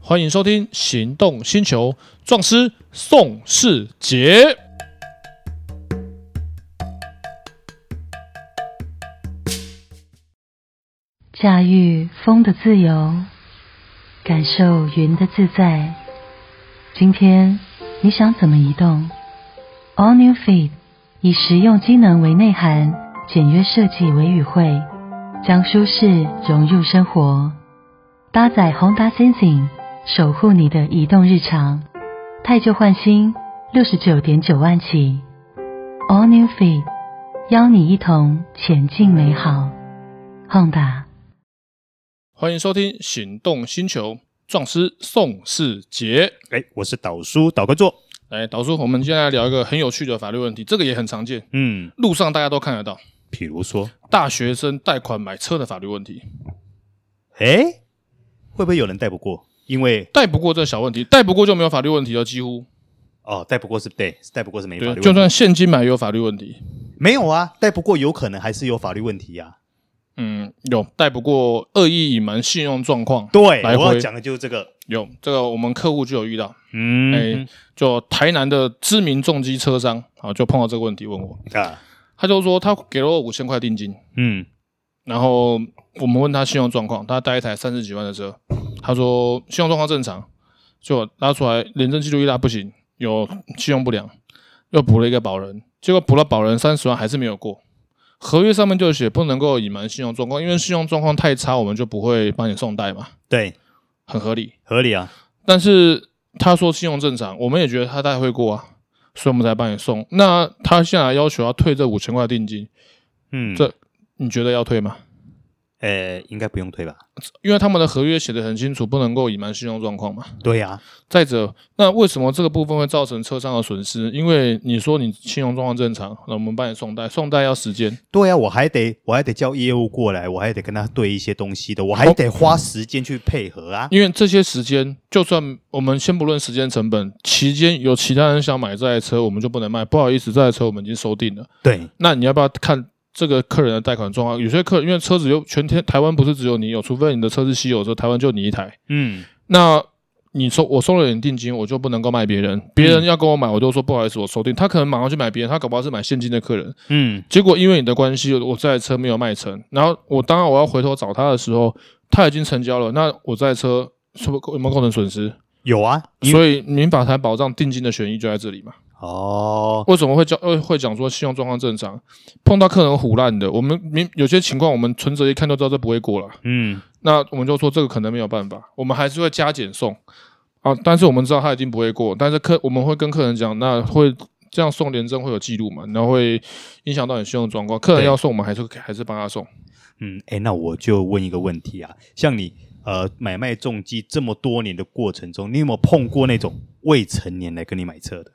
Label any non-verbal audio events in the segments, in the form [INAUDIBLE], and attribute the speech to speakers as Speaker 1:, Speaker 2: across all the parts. Speaker 1: 欢迎收听《行动星球》，壮师宋世杰。
Speaker 2: 驾驭风的自由，感受云的自在。今天你想怎么移动？All New Fit 以实用机能为内涵，简约设计为语汇，将舒适融入生活。搭载 Honda Sensing，守护你的移动日常。太旧换新，六十九点九万起。All New Fit 邀你一同前进美好。Honda。
Speaker 1: 欢迎收听《行动星球》，壮师宋世杰。
Speaker 3: 哎，我是导叔导观座，
Speaker 1: 来，导叔，我们现在来聊一个很有趣的法律问题，这个也很常见，
Speaker 3: 嗯，
Speaker 1: 路上大家都看得到，
Speaker 3: 比如说，
Speaker 1: 大学生贷款买车的法律问题。
Speaker 3: 哎，会不会有人带不过？因为
Speaker 1: 贷不过这小问题，贷不过就没有法律问题了，几乎。
Speaker 3: 哦，带不过是对，带不过是没法
Speaker 1: 对，
Speaker 3: 律
Speaker 1: 就
Speaker 3: 问题，
Speaker 1: 算现金买也有法律问题。
Speaker 3: 没有啊，带不过有可能还是有法律问题啊呀、
Speaker 1: 嗯，有贷不过恶意隐瞒信用状况，
Speaker 3: 对，
Speaker 1: 来回
Speaker 3: 我要讲的就是这个，
Speaker 1: 有这个我们客户就有遇到，
Speaker 3: 嗯，
Speaker 1: 哎就台南的知名重机车商啊，就碰到这个问题问我，
Speaker 3: 啊，
Speaker 1: 他就说他给了我五千块定金，
Speaker 3: 嗯，
Speaker 1: 然后我们问他信用状况，他带一台三十几万的车，他说信用状况正常，就拉出来廉政记录一拉不行，有信用不良，又补了一个保人，结果补了保人三十万还是没有过。合约上面就写不能够隐瞒信用状况，因为信用状况太差，我们就不会帮你送贷嘛，
Speaker 3: 对，
Speaker 1: 很合理。
Speaker 3: 合理啊，
Speaker 1: 但是他说信用正常，我们也觉得他贷会过啊，所以我们才帮你送。那他现在要求要退这五千块定金，
Speaker 3: 嗯，
Speaker 1: 这你觉得要退吗？
Speaker 3: 呃，应该不用退吧？
Speaker 1: 因为他们的合约写得很清楚，不能够隐瞒信用状况嘛。
Speaker 3: 对啊呀、
Speaker 1: 再者，那为什么这个部分会造成车商的损失？因为你说你信用状况正常，那我们帮你送贷，送贷要时间，
Speaker 3: 对呀、啊我还得我还得叫业务过来，我还得跟他对一些东西的，我还得花时间去配合啊，
Speaker 1: 因为这些时间，就算我们先不论时间成本，期间有其他人想买这台车，我们就不能卖。不好意思，这台车我们已经收定了。
Speaker 3: 对，
Speaker 1: 那你要不要看这个客人的贷款状况？有些客人因为车子有全天台湾不是只有你有，除非你的车是稀有车，台湾就你一台。
Speaker 3: 嗯，
Speaker 1: 那你收我收了点定金，我就不能够卖别
Speaker 3: 嗯
Speaker 1: 人，别人要跟我买，我就说不好意思，我收定。他可能马上去买别人，他搞不好是买现金的客人。
Speaker 3: 嗯，
Speaker 1: 结果因为你的关系，我这台车没有卖成，然后我当然我要回头找他的时候，他已经成交了，那我这台车是不是有没有构成损失？
Speaker 3: 有啊，因为
Speaker 1: 所以民法才保障定金的权益就在这里嘛。
Speaker 3: 哦，
Speaker 1: 为什么会讲会会讲说信用状况正常？碰到客人胡烂的，我们明有些情况，我们存折一看就知道这不会过了，
Speaker 3: 嗯，
Speaker 1: 那我们就说这个可能没有办法，我们还是会加减送啊。但是我们知道他一定不会过，但是客我们会跟客人讲，那会这样送廉政会有记录嘛，然后会影响到你信用状况。客人
Speaker 3: 对
Speaker 1: 要送，我们还是还是帮他送。
Speaker 3: 嗯，哎，那我就问一个问题啊，像你呃买卖重机这么多年的过程中，你有没有碰过那种未成年来跟你买车的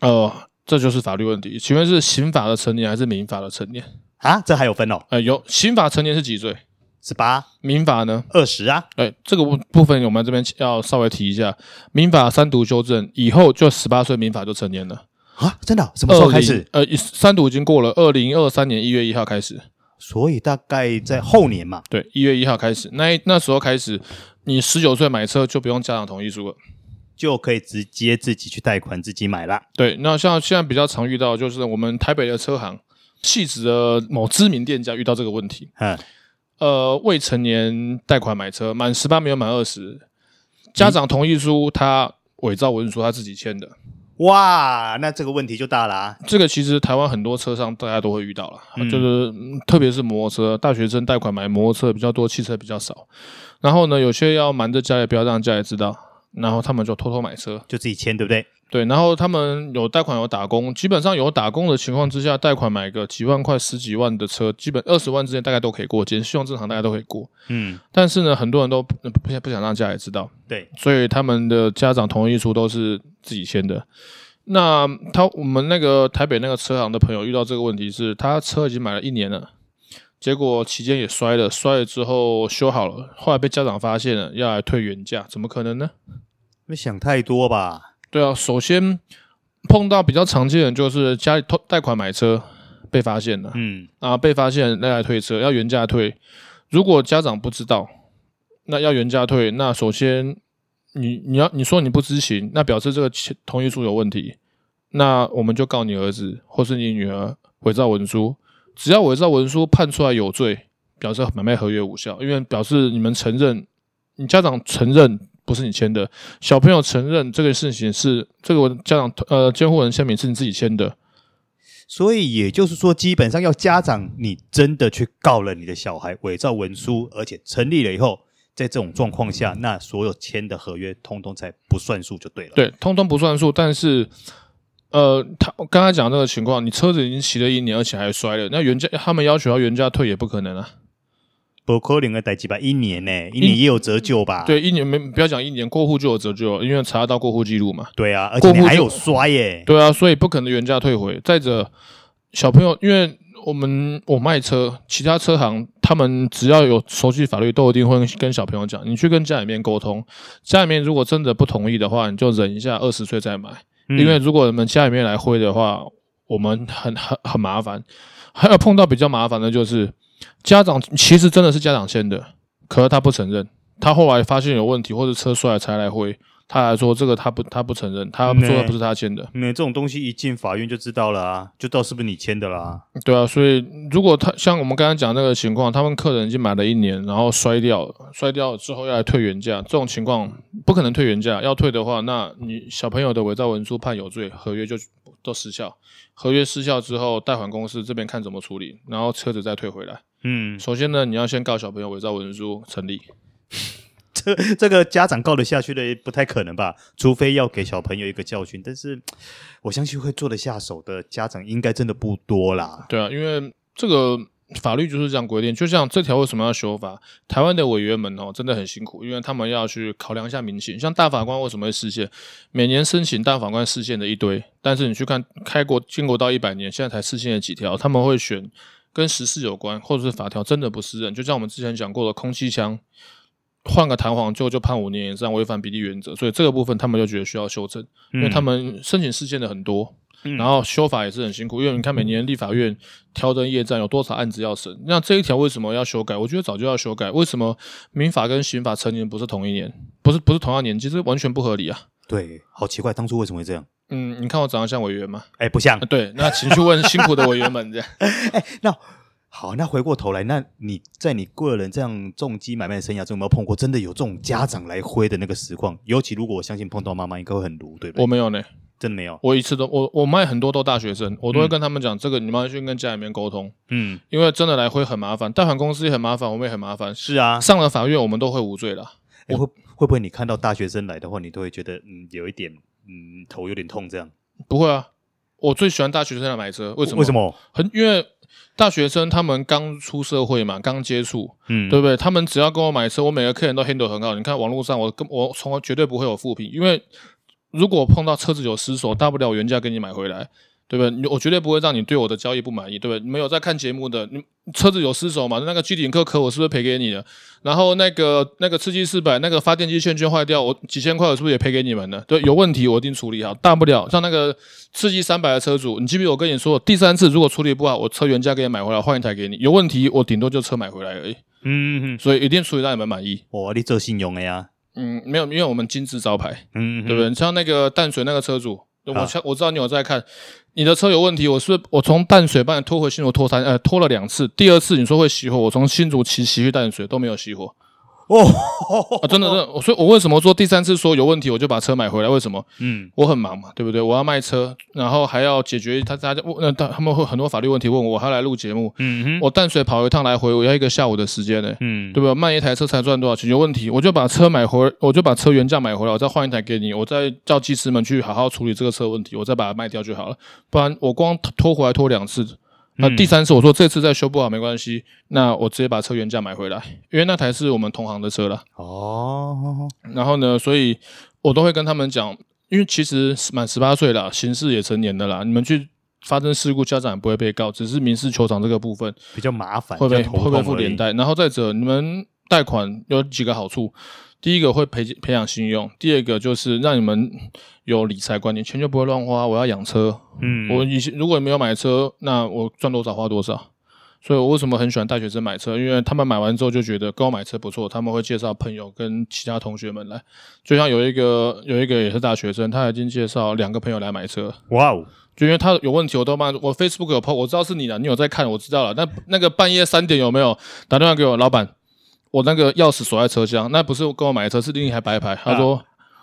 Speaker 1: 呃，这就是法律问题。请问是刑法的成年还是民法的成年？
Speaker 3: 啊？这还有分哦，
Speaker 1: 呃，有刑法成年是几岁？
Speaker 3: 十八、
Speaker 1: 民法呢？
Speaker 3: 二十啊，
Speaker 1: 哎，这个部部分我们这边要稍微提一下，民法三读修正以后，就十八岁民法就成年了。
Speaker 3: 啊，真的哦、什么时候开
Speaker 1: 20
Speaker 3: 始？？
Speaker 1: 呃，三读已经过了，二零二三年一月一号开始。
Speaker 3: 所以大概在后年嘛，
Speaker 1: 对，一月一号开始，那一那时候开始，你十九岁买车就不用家长同意书了。
Speaker 3: 就可以直接自己去贷款自己买啦。
Speaker 1: 对，那像现在比较常遇到，就是我们台北的车行，细致的某知名店家遇到这个问题，
Speaker 3: 嗯，
Speaker 1: 呃，未成年贷款买车，满十八没有满二十，家长同意书他伪造文书他自己签的。
Speaker 3: 哇，那这个问题就大啦、啊。
Speaker 1: 这个其实台湾很多车上大家都会遇到了，
Speaker 3: 嗯
Speaker 1: 就是嗯特别是摩托车，大学生贷款买摩托车比较多，汽车比较少。然后呢，有些要瞒着家里，不要让家里知道，然后他们就偷偷买车。
Speaker 3: 就自己签，对不对？
Speaker 1: 对，然后他们有贷款有打工，基本上有打工的情况之下，贷款买个几万块、十几万的车，基本二十万之内大概都可以过肩，信用正常大家都可以过。
Speaker 3: 嗯，
Speaker 1: 但是呢，很多人都不不不想让家里知道，
Speaker 3: 对，
Speaker 1: 所以他们的家长同意书都是自己签的。那他我们那个台北那个车行的朋友遇到这个问题是，他车已经买了一年了，结果期间也摔了，摔了之后修好了，后来被家长发现了，要来退原价，怎么可能呢？
Speaker 3: 没想太多吧？
Speaker 1: 对啊，首先碰到比较常见的就是家里偷贷款买车被发现了，
Speaker 3: 嗯，
Speaker 1: 啊，被发现那来退车要原价退，如果家长不知道，那要原价退，那首先你你要你说你不知情，那表示这个签同意书有问题，那我们就告你儿子或是你女儿伪造文书，只要伪造文书判出来有罪，表示买卖合约无效，因为表示你们承认，你家长承认不是你签的，小朋友承认这个事情是这个我家长呃监护人签名是你自己签的，
Speaker 3: 所以也就是说，基本上要家长你真的去告了你的小孩伪造文书，而且成立了以后，在这种状况下，
Speaker 1: 嗯
Speaker 3: 那所有签的合约通通才不算数就对了。，
Speaker 1: 对，通通不算数。但是，呃，他我刚才讲这个情况，你车子已经骑了一年，而且还摔了，那原价他们要求要原价退也不可能啊。
Speaker 3: 不可能的代几吧，一年呢、一年也有折旧吧？
Speaker 1: 嗯对，一年没不要讲一年，过户就有折旧，因为查得到过户记录嘛。
Speaker 3: 对啊，而且
Speaker 1: 过
Speaker 3: 你
Speaker 1: 户
Speaker 3: 还
Speaker 1: 就
Speaker 3: 有摔耶、
Speaker 1: 对啊，所以不可能原价退回。再者，小朋友，因为我们我卖车，其他车行他们只要有熟悉法律，都一定会跟小朋友讲，你去跟家里面沟通，家里面如果真的不同意的话，你就忍一下，二十岁再买。
Speaker 3: 嗯
Speaker 1: 因为如果你们家里面来挥的话，我们很很很麻烦。还有碰到比较麻烦的就是家长，其实真的是家长签的，可是他不承认，他后来发现有问题或者车摔了才来挥，他还说这个他不他不承认，他
Speaker 3: 嗯
Speaker 1: 说
Speaker 3: 欸
Speaker 1: 不是他签的，
Speaker 3: 那这种东西一进法院就知道了啊，就知道是不是你签的啦。
Speaker 1: 对啊，所以如果他像我们刚刚讲那个情况，他们客人已经买了一年，然后摔掉了，摔掉了之后要来退原价，这种情况不可能退原价，要退的话，那你小朋友的伪造文书判有罪，合约就都失效，合约失效之后，贷款公司这边看怎么处理，然后车子再退回来。
Speaker 3: 嗯， [LAUGHS]
Speaker 1: 首先呢，你要先告小朋友伪造文书成立，
Speaker 3: 这这个家长告得下去的也不太可能吧，除非要给小朋友一个教训。但是我相信会做得下手的家长应该真的不多啦。
Speaker 1: 对啊，因为这个法律就是这样规定。就像这条为什么要修法？台湾的委员们哦，真的很辛苦，因为他们要去考量一下民情。像大法官为什么会释宪？每年申请大法官释宪的一堆，但是你去看开国建国到一百年，现在才释宪的几条，他们会选跟时事有关或者是法条真的不适任。就像我们之前讲过的空气枪。换个弹簧就就判五年以上，违反比例原则，所以这个部分他们就觉得需要修正，因为他们申请事件的很多，
Speaker 3: 嗯，
Speaker 1: 然后修法也是很辛苦，因为你看每年立法院挑灯夜战，有多少案子要审？那这一条为什么要修改？我觉得早就要修改。为什么民法跟刑法成年不是同一年？不是不是同样年纪，这完全不合理啊！
Speaker 3: 对，好奇怪，当初为什么会这样？
Speaker 1: 嗯，你看我长得像委员吗？
Speaker 3: 哎，不像
Speaker 1: 啊，。对，那请去问辛苦的委员们这样。哎
Speaker 3: 那好，那回过头来，那你在你个人这样重机买卖的生涯中有没有碰过真的有这种家长来挥的那个实况？尤其如果我相信碰到妈妈，应该会很毒， [LAUGHS] 对不对？
Speaker 1: 我没有呢，
Speaker 3: 真的没有，
Speaker 1: 我一次都我我卖很多都大学生，我都会跟他们讲，这个你们要去跟家里面沟通，
Speaker 3: 嗯，
Speaker 1: 因为真的来回很麻烦，贷款公司也很麻烦，我们也很麻烦。
Speaker 3: 是啊，
Speaker 1: 上了法院，我们都会无罪啦。
Speaker 3: 我会会不会你看到大学生来的话，你都会觉得嗯有一点嗯头有点痛这样？
Speaker 1: 不会啊，我最喜欢大学生来买车，为什么？
Speaker 3: 为什么？
Speaker 1: 很因为大学生他们刚出社会嘛，刚接触，
Speaker 3: 嗯，
Speaker 1: 对不对？他们只要跟我买车，我每个客人都 handle 很好。你看网络上我跟我从来绝对不会有负评，因为如果我碰到车子有失手，大不了我原价给你买回来。对不对？你我绝对不会让你对我的交易不满意，对不对？你们有在看节目的，你车子有失手嘛？那个机顶客壳我是不是赔给你了？然后那个那个刺激四百那个发电机线圈坏掉，我几千块我是不是也赔给你们了？对，有问题我一定处理好，大不了像那个刺激三百的车主，你记不记得我跟你说，第三次如果处理不好，我车原价给你买回来，换一台给你。有问题我顶多就车买回来而已。
Speaker 3: 嗯，嗯，
Speaker 1: 所以一定处理让你们满意。
Speaker 3: 哇，你做信用的呀，
Speaker 1: 嗯，没有，因为我们金字招牌，
Speaker 3: 嗯，
Speaker 1: 对不对？像那个淡水那个车主，
Speaker 3: 啊
Speaker 1: 我像我知道你有在看，你的车有问题，我是我从淡水帮你拖回新竹拖三呃拖了两次，第二次你说会熄火，我从新竹骑骑去淡水都没有熄火
Speaker 3: 哦，
Speaker 1: 啊，真的真的，我所以我为什么说第三次说有问题我就把车买回来？为什么？
Speaker 3: 嗯，
Speaker 1: 我很忙嘛，对不对？我要卖车，然后还要解决他大家那他他们会很多法律问题问我，我还要来录节目，
Speaker 3: 嗯哼，
Speaker 1: 我淡水跑一趟来回我要一个下午的时间呢、
Speaker 3: 嗯，
Speaker 1: 对吧？卖一台车才赚多少钱？有问题，我就把车买回，我就把车原价买回来，我再换一台给你，我再叫技师们去好好处理这个车问题，我再把它卖掉就好了。不然我光拖回来拖两次，那、第三次我说这次再修不好没关系，那我直接把车原价买回来，因为那台是我们同行的车了。
Speaker 3: 哦，
Speaker 1: 然后呢，所以我都会跟他们讲，因为其实满十八岁了，刑事也成年的啦，你们去。发生事故，家长也不会被告，只是民事球场这个部分，
Speaker 3: 比较麻烦，
Speaker 1: 会被
Speaker 3: 比较头痛
Speaker 1: 会被付
Speaker 3: 而已
Speaker 1: 连，带，然后再者，你们贷款有几个好处？第一个会培培养信用，第二个就是让你们有理财观念，钱就不会乱花。我要养车，
Speaker 3: 嗯，
Speaker 1: 我以前如果没有买车，那我赚多少花多少，所以我为什么很喜欢带学生买车？因为他们买完之后就觉得跟我买车不错，他们会介绍朋友跟其他同学们来。就像有一个有一个也是大学生，他已经介绍两个朋友来买车，
Speaker 3: 哇哦，
Speaker 1: 就因为他有问题，我都帮我 Facebook 有 po，我知道是你了，你有在看，我知道了。那那个半夜三点有没有打电话给我老板？我那个钥匙锁在车厢，那不是跟我买的车，是另一台白牌。他说，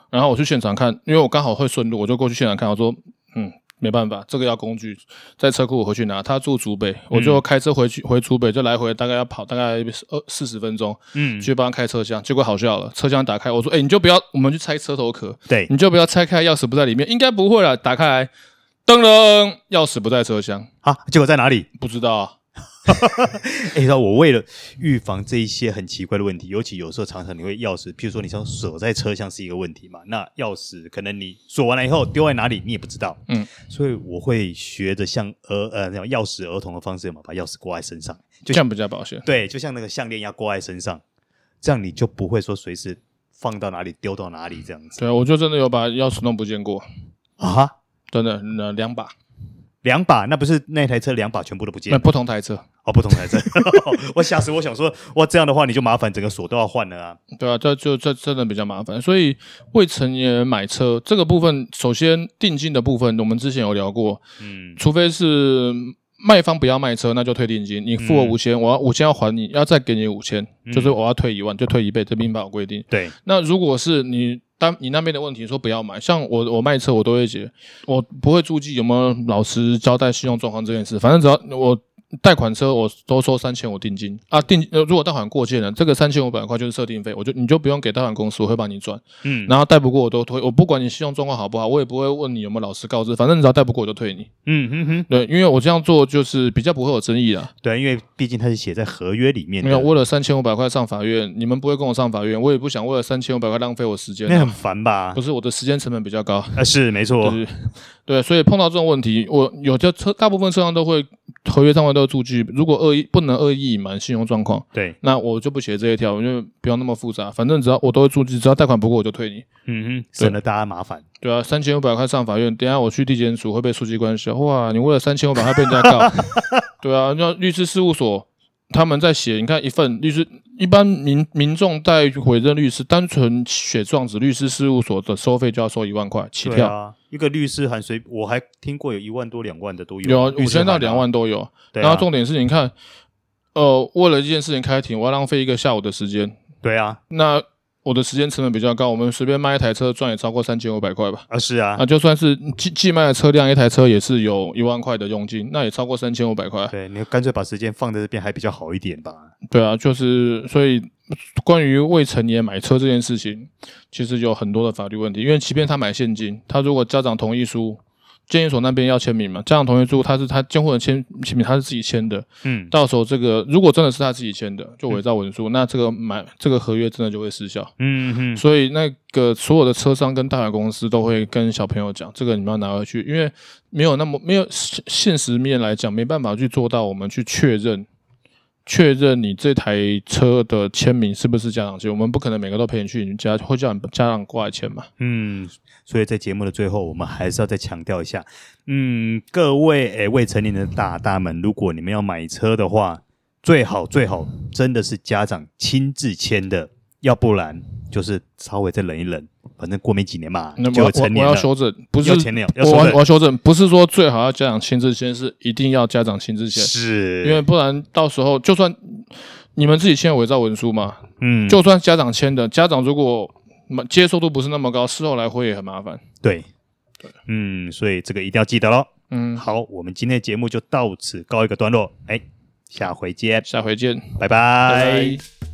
Speaker 1: 然后我去现场看，因为我刚好会顺路，我就过去现场看。我说，嗯，没办法，这个要工具在车库我回去拿。他住竹北，我就开车回去回竹北，就来回大概要跑大概二四十分钟
Speaker 3: 嗯，
Speaker 1: 去帮他开车厢。结果好笑了，车厢打开，我说，哎、你就不要，我们去拆车头壳。
Speaker 3: 对，
Speaker 1: 你就不要拆开，钥匙不在里面，应该不会啦。打开来，噔噔，钥匙不在车厢，
Speaker 3: 啊，结果在哪里？
Speaker 1: 不知道啊。
Speaker 3: 哎、欸，那我为了预防这一些很奇怪的问题，尤其有时候常常你会钥匙，譬如说你像锁在车厢是一个问题嘛，那钥匙可能你锁完了以后丢在哪里你也不知道，
Speaker 1: 嗯，
Speaker 3: 所以我会学着像儿呃那种钥匙儿童的方式嘛，把钥匙挂在身上，就
Speaker 1: 这样比较保险。
Speaker 3: 对，就像那个项链一样挂在身上，这样你就不会说随时放到哪里丢到哪里这样子
Speaker 1: 对啊，我就真的有把钥匙弄不见过，
Speaker 3: 啊。
Speaker 1: 真的，那两把，
Speaker 3: 两把，那不是那台车两把全部都不见
Speaker 1: 那
Speaker 3: 了
Speaker 1: 不同台车。
Speaker 3: 哦，不同台车， [LAUGHS] 我吓死！我想说，哇，这样的话你就麻烦整个锁都要换了啊。
Speaker 1: 对啊，这就这真的比较麻烦，所以未成年人买车这个部分，首先定金的部分，我们之前有聊过，
Speaker 3: 嗯，
Speaker 1: 除非是卖方不要卖车，那就退定金，你付我
Speaker 3: 嗯
Speaker 1: 五千、我要五千要还你，要再给你五千、
Speaker 3: 嗯
Speaker 1: 就是我要退一万，就退一倍，这民法有规定。
Speaker 3: 对，
Speaker 1: 那如果是你当你那边的问题说不要买，像我我卖车我都会解，我不会注记有没有老实交代信用状况这件事，反正只要我。贷款车我都收三千五定金啊，定呃如果贷款过界了，这个三千五百块就是设定费，我就你就不用给贷款公司，我会帮你转。
Speaker 3: 嗯，
Speaker 1: 然后贷不过我都退，我不管你信用状况好不好，我也不会问你有没有老实告知，反正你只要贷不过我就退你。
Speaker 3: 嗯哼哼，
Speaker 1: 对，因为我这样做就是比较不会有争议啦。
Speaker 3: 对，因为毕竟它是写在合约里面的，
Speaker 1: 没有为了三千五百块上法院，你们不会跟我上法院，我也不想为了三千五百块浪费我时间啊。
Speaker 3: 那很烦吧
Speaker 1: 不？是我的时间成本比较高，
Speaker 3: 啊，是没错，
Speaker 1: 对对，所以碰到这种问题，我有的车大部分车上都会合约上面都有注记，如果恶意不能恶意隐瞒信用状况，
Speaker 3: 对，
Speaker 1: 那我就不写这一条，因为不要那么复杂，反正只要我都会注记，只要贷款不过我就退你。
Speaker 3: 嗯哼，省了大家麻烦。
Speaker 1: 对啊，三千五百块上法院，等一下我去地检署会被书记官笑，哇，你为了三千五百块被人家告，
Speaker 3: [LAUGHS]
Speaker 1: 对啊，那律师事务所他们在写，你看一份律师，一般民民众在委任律师，单纯写状子，律师事务所的收费就要收一万块起
Speaker 3: 对
Speaker 1: 跳。
Speaker 3: 啊，一个律师函随，我还听过有一万多、两万的都有，
Speaker 1: 有啊
Speaker 3: 律
Speaker 1: 五
Speaker 3: 师
Speaker 1: 千到
Speaker 3: 函啊
Speaker 1: 两，万都有。
Speaker 3: 对啊
Speaker 1: 然后重点是，你看，呃，为了一件事情开庭，我要浪费一个下午的时间，
Speaker 3: 对啊，
Speaker 1: 那我的时间成本比较高，我们随便卖一台车赚也超过三千五百块吧。
Speaker 3: 啊是啊
Speaker 1: 啊，，就算是寄寄卖的车辆，一台车也是有一万块的佣金，那也超过三千五百块。
Speaker 3: 对，你干脆把时间放在这边还比较好一点吧。
Speaker 1: 对啊，就是所以关于未成年买车这件事情，其实有很多的法律问题。因为即便他买现金，他如果家长同意书，监狱所那边要签名嘛，家长同意书他是他监护人签签名，他是自己签的，
Speaker 3: 嗯，
Speaker 1: 到时候这个如果真的是他自己签的，就伪造文书，那这个买这个合约真的就会失效。
Speaker 3: 嗯哼，
Speaker 1: 所以那个所有的车商跟贷款公司都会跟小朋友讲，这个你们要拿回去，因为没有那么没有现现实面来讲，没办法去做到我们去确认确认你这台车的签名是不是家长签，我们不可能每个都陪你去你家，会叫你家长过来签嘛。
Speaker 3: 嗯，所以在节目的最后，我们还是要再强调一下，嗯，各位诶未成年的大大们，如果你们要买车的话，最好最好真的是家长亲自签的，要不然就是稍微再忍一忍，反正过没几年嘛，
Speaker 1: 那
Speaker 3: 就
Speaker 1: 么
Speaker 3: 有
Speaker 1: 我
Speaker 3: 成
Speaker 1: 我
Speaker 3: 年了
Speaker 1: 要。修正，不是
Speaker 3: 要成年要
Speaker 1: 我
Speaker 3: 修正
Speaker 1: 我要修正，不是说最好要家长亲自签，是一定要家长亲自签。
Speaker 3: 是，
Speaker 1: 因为不然到时候就算你们自己签的伪造文书嘛，
Speaker 3: 嗯，
Speaker 1: 就算家长签的，家长如果嗯接受度不是那么高，事后来会也很麻烦。
Speaker 3: 对，嗯，所以这个一定要记得喽。
Speaker 1: 嗯，
Speaker 3: 好，我们今天的节目就到此告一个段落，哎，下回见，
Speaker 1: 下回见，
Speaker 3: 拜拜
Speaker 1: 拜拜